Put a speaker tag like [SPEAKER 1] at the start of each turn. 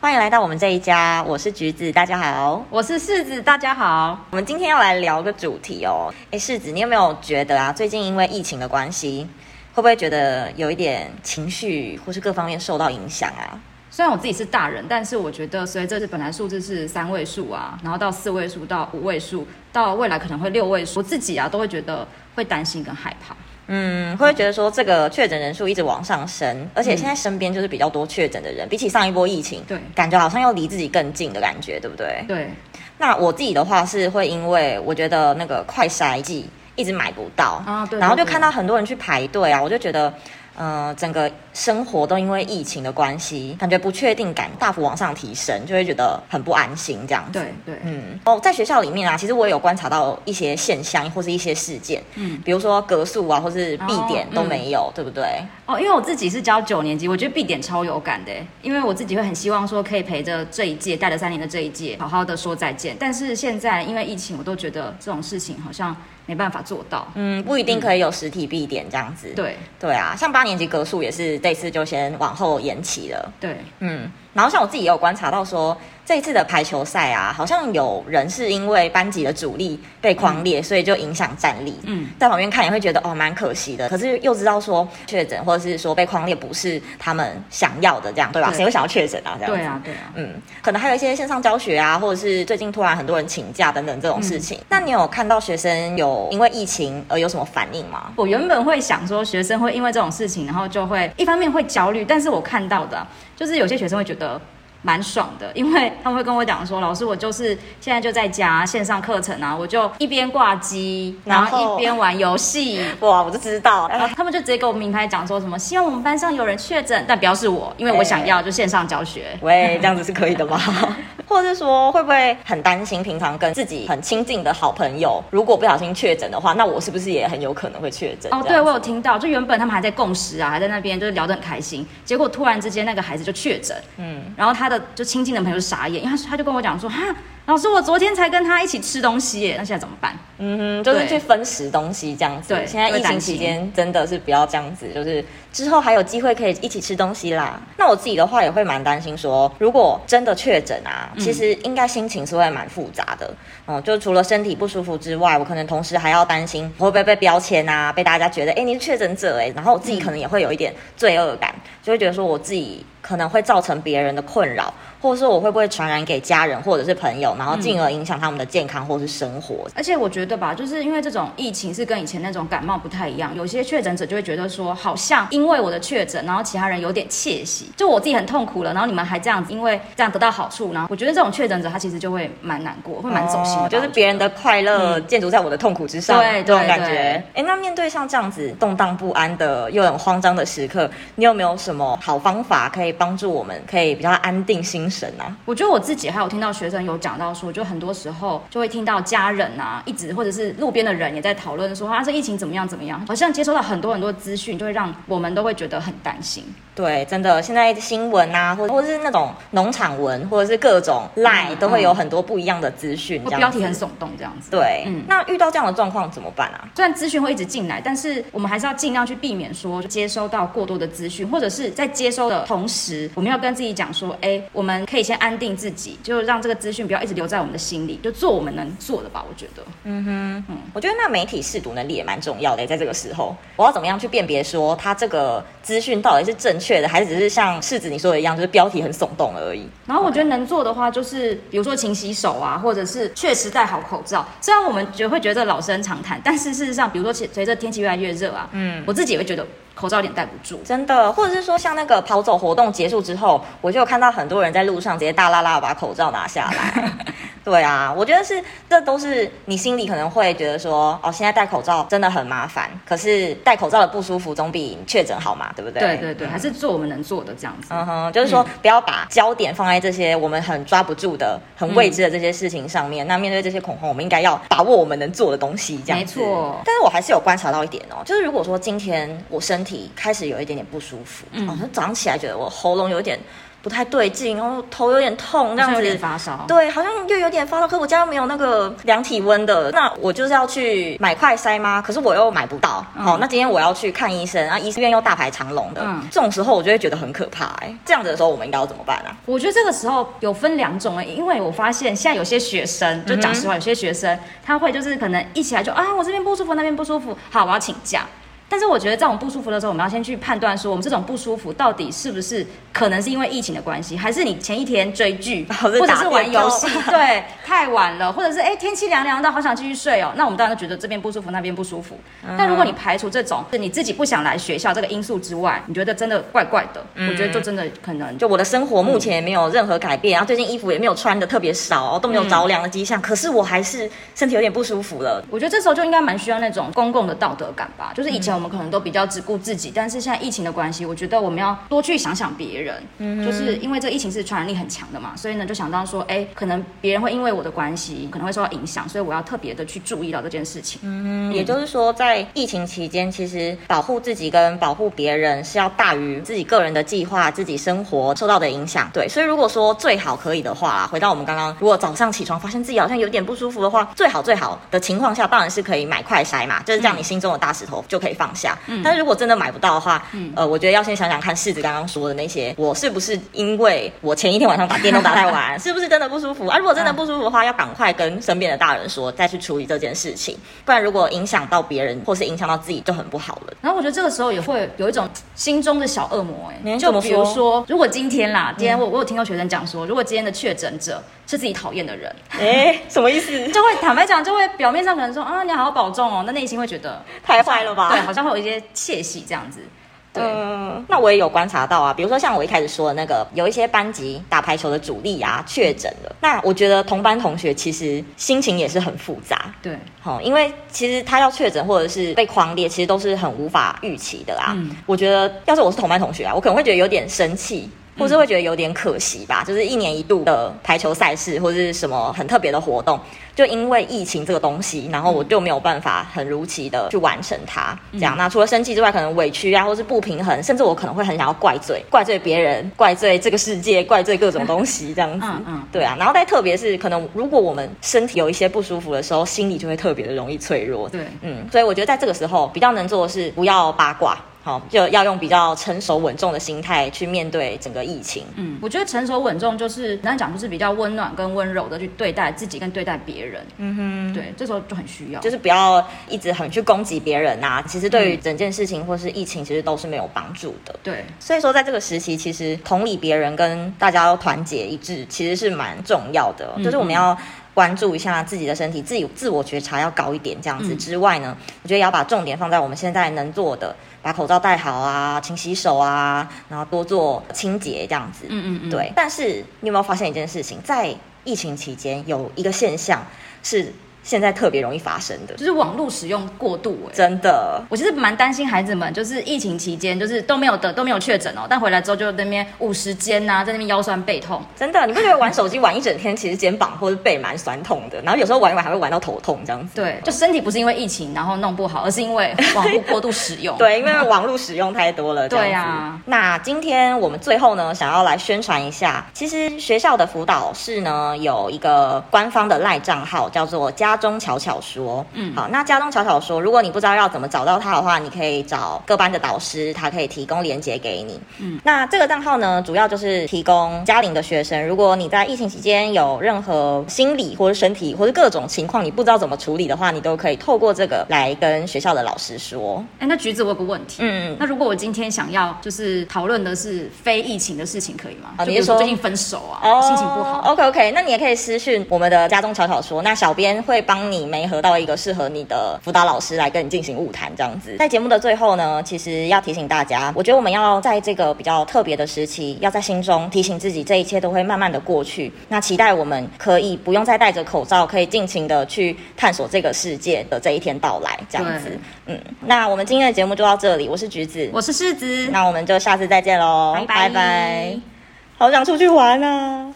[SPEAKER 1] 欢迎来到我们这一家，我是橘子，大家好。
[SPEAKER 2] 我是柿子，大家好。
[SPEAKER 1] 我们今天要来聊个主题哦。哎，世子，你有没有觉得啊，最近因为疫情的关系，会不会觉得有一点情绪或是各方面受到影响啊？
[SPEAKER 2] 虽然我自己是大人，但是我觉得随着这本来数字是三位数啊，然后到四位数，到五位数，到未来可能会六位数，我自己啊都会觉得会担心跟害怕。
[SPEAKER 1] 嗯，会不会觉得说这个确诊人数一直往上升，而且现在身边就是比较多确诊的人，比起上一波疫情，
[SPEAKER 2] 对
[SPEAKER 1] 感觉好像又离自己更近的感觉，对不对？
[SPEAKER 2] 对，
[SPEAKER 1] 那我自己的话是会因为我觉得那个快筛剂一直买不到
[SPEAKER 2] 啊对对
[SPEAKER 1] 然后就
[SPEAKER 2] 对
[SPEAKER 1] 看到很多人去排队啊，我就觉得。呃，整个生活都因为疫情的关系，感觉不确定感大幅往上提升，就会觉得很不安心这样子。
[SPEAKER 2] 对，对，
[SPEAKER 1] 嗯，哦，在学校里面啊，其实我也有观察到一些现象或是一些事件，
[SPEAKER 2] 嗯。
[SPEAKER 1] 比如说格数啊，或是必点
[SPEAKER 2] 哦
[SPEAKER 1] 都没有，对不对？
[SPEAKER 2] 哦，因为我自己是教九年级，我觉得必点超有感的，欸因为我自己会很希望说可以陪着这一届带了三年的这一届好好的说再见。但是现在因为疫情，我都觉得这种事情好像没办法做到。
[SPEAKER 1] 嗯，不一定可以有实体必点这样子。
[SPEAKER 2] 对
[SPEAKER 1] 对啊，像八年级格数也是这次就先往后延期了。
[SPEAKER 2] 对，
[SPEAKER 1] 嗯，然后像我自己也有观察到说，这一次的排球赛啊，好像有人是因为班级的主力被框列，所以就影响战力。
[SPEAKER 2] 嗯，
[SPEAKER 1] 在旁边看也会觉得哦，蛮可惜的。可是又知道说确诊或者是说被框列不是他们想要的，这样对吧？
[SPEAKER 2] 对
[SPEAKER 1] 谁会想要确诊啊？这样子
[SPEAKER 2] 对。啊对啊。
[SPEAKER 1] 嗯，可能还有一些线上教学啊，或者是最近突然很多人请假等等这种事情。那你有看到学生有因为疫情而有什么反应吗？
[SPEAKER 2] 我原本会想说，学生会因为这种事情，然后就会一方面会焦虑，但是我看到的啊就是有些学生会觉得蛮爽的，因为他们会跟我讲说，老师，我就是现在就在家线上课程啊，我就一边挂机，
[SPEAKER 1] 然
[SPEAKER 2] 然
[SPEAKER 1] 后
[SPEAKER 2] 后一边玩游戏。
[SPEAKER 1] 哇，我就知 道，
[SPEAKER 2] 然后他们就直接给我名牌讲说什么，希望我们班上有人确诊，但不要是我，因为我想要就线上教学。
[SPEAKER 1] 喂，这样子是可以的 吗？或者是说，会不会很担心平常跟自己很亲近的好朋友，如果不小心确诊的话，那我是不是也很有可能会确诊？
[SPEAKER 2] 哦，
[SPEAKER 1] 这
[SPEAKER 2] 对，
[SPEAKER 1] 样
[SPEAKER 2] 我有听到，就原本他们还在共识啊，还在那边就是聊得很开心，结果突然之间那个孩子就确诊，
[SPEAKER 1] 嗯
[SPEAKER 2] 嗯，然后他的就亲近的朋友就傻眼，因为他他就跟我讲说，哈，老师，我昨天才跟他一起吃东西耶，那现在怎么办？
[SPEAKER 1] 嗯哼，就是
[SPEAKER 2] 对
[SPEAKER 1] 去分食东西这样子。
[SPEAKER 2] 对
[SPEAKER 1] 现在疫
[SPEAKER 2] 会担
[SPEAKER 1] 情
[SPEAKER 2] 心
[SPEAKER 1] 期间真的是不要这样子，就是之后还有机会可以一起吃东西啦。那我自己的话也会蛮担心说，如果真的确诊啊，
[SPEAKER 2] 嗯
[SPEAKER 1] 其实应该心情是会蛮复杂的。嗯，就除了身体不舒服之外，我可能同时还要担心会不会被标签啊，被大家觉得哎、诶你是确诊者哎、诶然后我自己可能也会有一点罪恶感，就会觉得说我自己可能会造成别人的困扰，或者说我会不会传染给家人或者是朋友，然后进而影响他们的健康或是生活。
[SPEAKER 2] 而且我觉得吧，就是因为这种疫情是跟以前那种感冒不太一样，有些确诊者就会觉得说，好像因为我的确诊，然后其他人有点窃喜，就我自己很痛苦了，然后你们还这样子，因为这样得到好处，然后我觉得这种确诊者他其实就会蛮难过，会蛮走心的
[SPEAKER 1] 哦
[SPEAKER 2] 吧、
[SPEAKER 1] 就是
[SPEAKER 2] 我觉得嗯
[SPEAKER 1] 别人的快乐建筑在我的痛苦之上，
[SPEAKER 2] 对
[SPEAKER 1] 这种
[SPEAKER 2] 对
[SPEAKER 1] 感
[SPEAKER 2] 对
[SPEAKER 1] 觉。哎，那面对像这样子动荡不安的又很慌张的时刻，你有没有什么好方法可以帮助我们，可以比较安定心神啊？
[SPEAKER 2] 我觉得我自己还有听到学生有讲到说，就很多时候就会听到家人啊，一直或者是路边的人也在讨论说啊，这疫情怎么样怎么样，好像接收到很多很多资讯，就会让我们都会觉得很担心。
[SPEAKER 1] 对，真的，现在新闻啊，或或者是那种农场文，或者是各种赖、
[SPEAKER 2] 嗯
[SPEAKER 1] 都会有很多不一样的资讯，
[SPEAKER 2] 或
[SPEAKER 1] 这样
[SPEAKER 2] 标题
[SPEAKER 1] 子
[SPEAKER 2] 很耸动这样子。
[SPEAKER 1] 对，
[SPEAKER 2] 嗯
[SPEAKER 1] 那遇到这样的状况怎么办啊？
[SPEAKER 2] 虽然资讯会一直进来，但是我们还是要尽量去避免说接收到过多的资讯，或者是在接收的同时，我们要跟自己讲说，哎，我们可以先安定自己，就让这个资讯不要一直留在我们的心里，就做我们能做的吧。我觉得，
[SPEAKER 1] 我觉得那媒体试读能力也蛮重要的，在这个时候，我要怎么样去辨别说它这个资讯到底是正确的，还是只是像世子你说的一样，就是标题很耸动而已？
[SPEAKER 2] 然后我觉得能做的话，就是比如说勤洗手啊，或者是确实戴好口罩。虽然我们觉得会觉得老生常谈，但是事实上，比如说随随着天气越来越热啊，嗯，我自己也会觉得口罩有点戴不住。
[SPEAKER 1] 真的，或者是说像那个跑走活动结束之后，我就有看到很多人在路上直接大拉拉把口罩拿下 来。对啊，我觉得是，这都是你心里可能会觉得说，哦，现在戴口罩真的很麻烦，可是戴口罩的不舒服总比确诊好嘛，对不对？
[SPEAKER 2] 对对对，还是做我们能做的这样子。
[SPEAKER 1] 嗯哼，就是说不要把焦点放在这些我们很抓不住的、很未知的这些事情上
[SPEAKER 2] 嗯
[SPEAKER 1] 面。那面对这些恐慌，我们应该要把握我们能做的东西，这样子
[SPEAKER 2] 没错
[SPEAKER 1] 但是我还是有观察到一点哦，就是如果说今天我身体开始有一点点不舒服，嗯、哦，就早上起来觉得我喉咙有点。不太对劲，然后头有点痛这
[SPEAKER 2] 好
[SPEAKER 1] 样
[SPEAKER 2] 像有
[SPEAKER 1] 子
[SPEAKER 2] 点。发烧。
[SPEAKER 1] 对，好像又有点发烧，可我家又没有那个量体温的，那我就是要去买快筛吗？可是我又买不到。好、
[SPEAKER 2] 嗯
[SPEAKER 1] 那今天我要去看医生，啊，医院又大排长龙的，
[SPEAKER 2] 嗯
[SPEAKER 1] 这种时候我就会觉得很可怕、哎，这样子的时候我们应该要怎么办啊？
[SPEAKER 2] 我觉得这个时候有分两种啊，因为我发现现在有些学生，就讲实话，有些学生他会就是可能一起来就啊，我这边不舒服，那边不舒服，好，我要请假。但是我觉得这种不舒服的时候，我们要先去判断说，我们这种不舒服到底是不是可能是因为疫情的关系，还是你前一天追剧，
[SPEAKER 1] 或
[SPEAKER 2] 或
[SPEAKER 1] 者
[SPEAKER 2] 者
[SPEAKER 1] 打
[SPEAKER 2] 是玩
[SPEAKER 1] 电动
[SPEAKER 2] 游戏， 对，太晚了，或者是哎天气凉凉的，好想继续睡哦。那我们当然就觉得这边不舒服，那边不舒服。但如果你排除这种是你自己不想来学校这个因素之外，你觉得真的怪怪的，我觉得就真的可能
[SPEAKER 1] 就
[SPEAKER 2] 就。
[SPEAKER 1] 我的生活目前也没有任何改变，
[SPEAKER 2] 嗯
[SPEAKER 1] 然后最近衣服也没有穿的特别少，哦都没有着凉的迹象，可是我还是身体有点不舒服了。
[SPEAKER 2] 我觉得这时候就应该蛮需要那种公共的道德感吧。就是以前我们可能都比较只顾自己，但是现在疫情的关系，我觉得我们要多去想想别人。就是因为这个疫情是传染力很强的嘛，所以呢就想到说，哎、可能别人会因为我的关系可能会受到影响，所以我要特别的去注意到这件事情。
[SPEAKER 1] 嗯，也就是说，在疫情期间，其实保护自己跟保护别人是要大于自己个人的计划、自己生活受到的影响。对，所以如果说最好可以的话，回到我们刚刚，如果早上起床发现自己好像有点不舒服的话，最好最好的情况下，当然是可以买快筛嘛，就是这样，你心中的大石头就可以放下。但是如果真的买不到的话，呃，我觉得要先想想看，柿子刚刚说的那些，我是不是因为我前一天晚上打电动打太 晚，是不是真的不舒服啊？如果真的不舒服的话，要赶快跟身边的大人说，再去处理这件事情。不然如果影响到别人或是影响到自己就很不 好了。
[SPEAKER 2] 然后我觉得这个时候也会有一种心中的小恶魔、
[SPEAKER 1] 嗯
[SPEAKER 2] 哎，
[SPEAKER 1] 怎
[SPEAKER 2] 就
[SPEAKER 1] 么
[SPEAKER 2] 比如
[SPEAKER 1] 说
[SPEAKER 2] 说，如果今天啦，今天我我有听过学生讲说，如果今天的确诊者是自己讨厌的人，
[SPEAKER 1] 哎，什么意思？
[SPEAKER 2] 就会坦白讲，就会表面上可能说啊，你好好保重哦，那内心会觉得
[SPEAKER 1] 太坏了吧
[SPEAKER 2] 对，好像会有一些窃喜这样子。对，
[SPEAKER 1] 嗯，那我也有观察到啊，比如说像我一开始说的那个，有一些班级打排球的主力啊确诊了，那我觉得同班同学其实心情也是很复杂。
[SPEAKER 2] 对，
[SPEAKER 1] 好，因为其实他要确诊或者是被框列，其实都是很无法预期的啦。
[SPEAKER 2] 嗯
[SPEAKER 1] 我觉得要是我是同班同学啊，我可能会觉得有点生气。
[SPEAKER 2] 嗯
[SPEAKER 1] 或是会觉得有点可惜吧，就是一年一度的排球赛事或是什么很特别的活动，就因为疫情这个东西，然后
[SPEAKER 2] 嗯
[SPEAKER 1] 我就没有办法很如期的去完成它。这样，那除了生气之外，可能委屈啊，或是不平衡，甚至我可能会很想要怪罪，怪罪别人，怪罪这个世界，怪罪各种东西这样子。
[SPEAKER 2] 嗯嗯
[SPEAKER 1] 对啊，然后再特别是可能如果我们身体有一些不舒服的时候，心理就会特别的容易脆弱。
[SPEAKER 2] 对
[SPEAKER 1] 嗯，所以我觉得在这个时候比较能做的是不要八卦，好、就要用比较成熟稳重的心态去面对整个疫情。
[SPEAKER 2] 嗯，我觉得成熟稳重就是，嗯刚才讲就是比较温暖跟温柔的去对待自己跟对待别人。嗯哼，对，这时候就很需要。
[SPEAKER 1] 就是不要一直很去攻击别人呐、其实对于整件事情或是疫情，其实都是没有帮助的。
[SPEAKER 2] 对，
[SPEAKER 1] 所以说，在这个时期，其实同理别人跟大家要团结一致，其实是蛮重要的。
[SPEAKER 2] 嗯
[SPEAKER 1] 就是我们要关注一下自己的身体，自己自我觉察要高一点，这样子
[SPEAKER 2] 嗯
[SPEAKER 1] 之外呢，我觉得也要把重点放在我们现在能做的，把口罩戴好啊，勤洗手啊，然后多做清洁这样子。
[SPEAKER 2] 嗯嗯嗯，，
[SPEAKER 1] 对，但是你有没有发现一件事情，在疫情期间有一个现象是现在特别容易发生的，
[SPEAKER 2] 就是网络使用过度、哎。
[SPEAKER 1] 真的。
[SPEAKER 2] 我其实蛮担心孩子们，就是疫情期间，就是都没有得都没有确诊哦，但回来之后就在那边五十肩啊呐，在那边腰酸背痛，
[SPEAKER 1] 真的，你不觉得玩手机玩一整天，其实肩膀或者背蛮酸痛的，然后有时候玩一玩还会玩到头痛这样子。
[SPEAKER 2] 对，就身体不是因为疫情然后弄不好，而是因为网络过度使 用。
[SPEAKER 1] 对，因为网络使用太多了。这样子
[SPEAKER 2] 对啊
[SPEAKER 1] 那今天我们最后呢，想要来宣传一下，其实学校的辅导室呢有一个官方的赖账号，叫做“家中巧巧说”。嗯，好，那家中巧巧说，如果你不知道要怎么找到它的话，你可以找各班的导师，他可以提供连接给你。嗯，那这个账号呢，主要就是提供家庭的学生，如果你在疫情期间有任何心理或者身体或者各种情况，你不知道怎么处理的话，你都可以透过这个来跟学校的老师说。
[SPEAKER 2] 哎，那橘子我有个问题，
[SPEAKER 1] 嗯嗯
[SPEAKER 2] 那如果我今天想要就是讨论的是非疫情的事情，可以吗？
[SPEAKER 1] 哦
[SPEAKER 2] 就
[SPEAKER 1] 你
[SPEAKER 2] 比如
[SPEAKER 1] 是说哦
[SPEAKER 2] 最近分手啊，心情不好，
[SPEAKER 1] OK OK，那你也可以私讯我们的家中巧巧说，那小编会帮你媒合到一个适合你的辅导老师来跟你进行物谈，这样子。在节目的最后呢，其实要提醒大家，我觉得我们要在这个比较特别的时期，要在心中提醒自己，这一切都会慢慢的过去。那期待我们可以不用再戴着口罩，可以尽情的去探索这个世界的这一天到来，这样子
[SPEAKER 2] 对。
[SPEAKER 1] 嗯，那我们今天的节目就到这里，我是橘子，
[SPEAKER 2] 我是柿子，
[SPEAKER 1] 那我们就下次再见喽，
[SPEAKER 2] 拜拜
[SPEAKER 1] 拜拜，好想出去玩啊！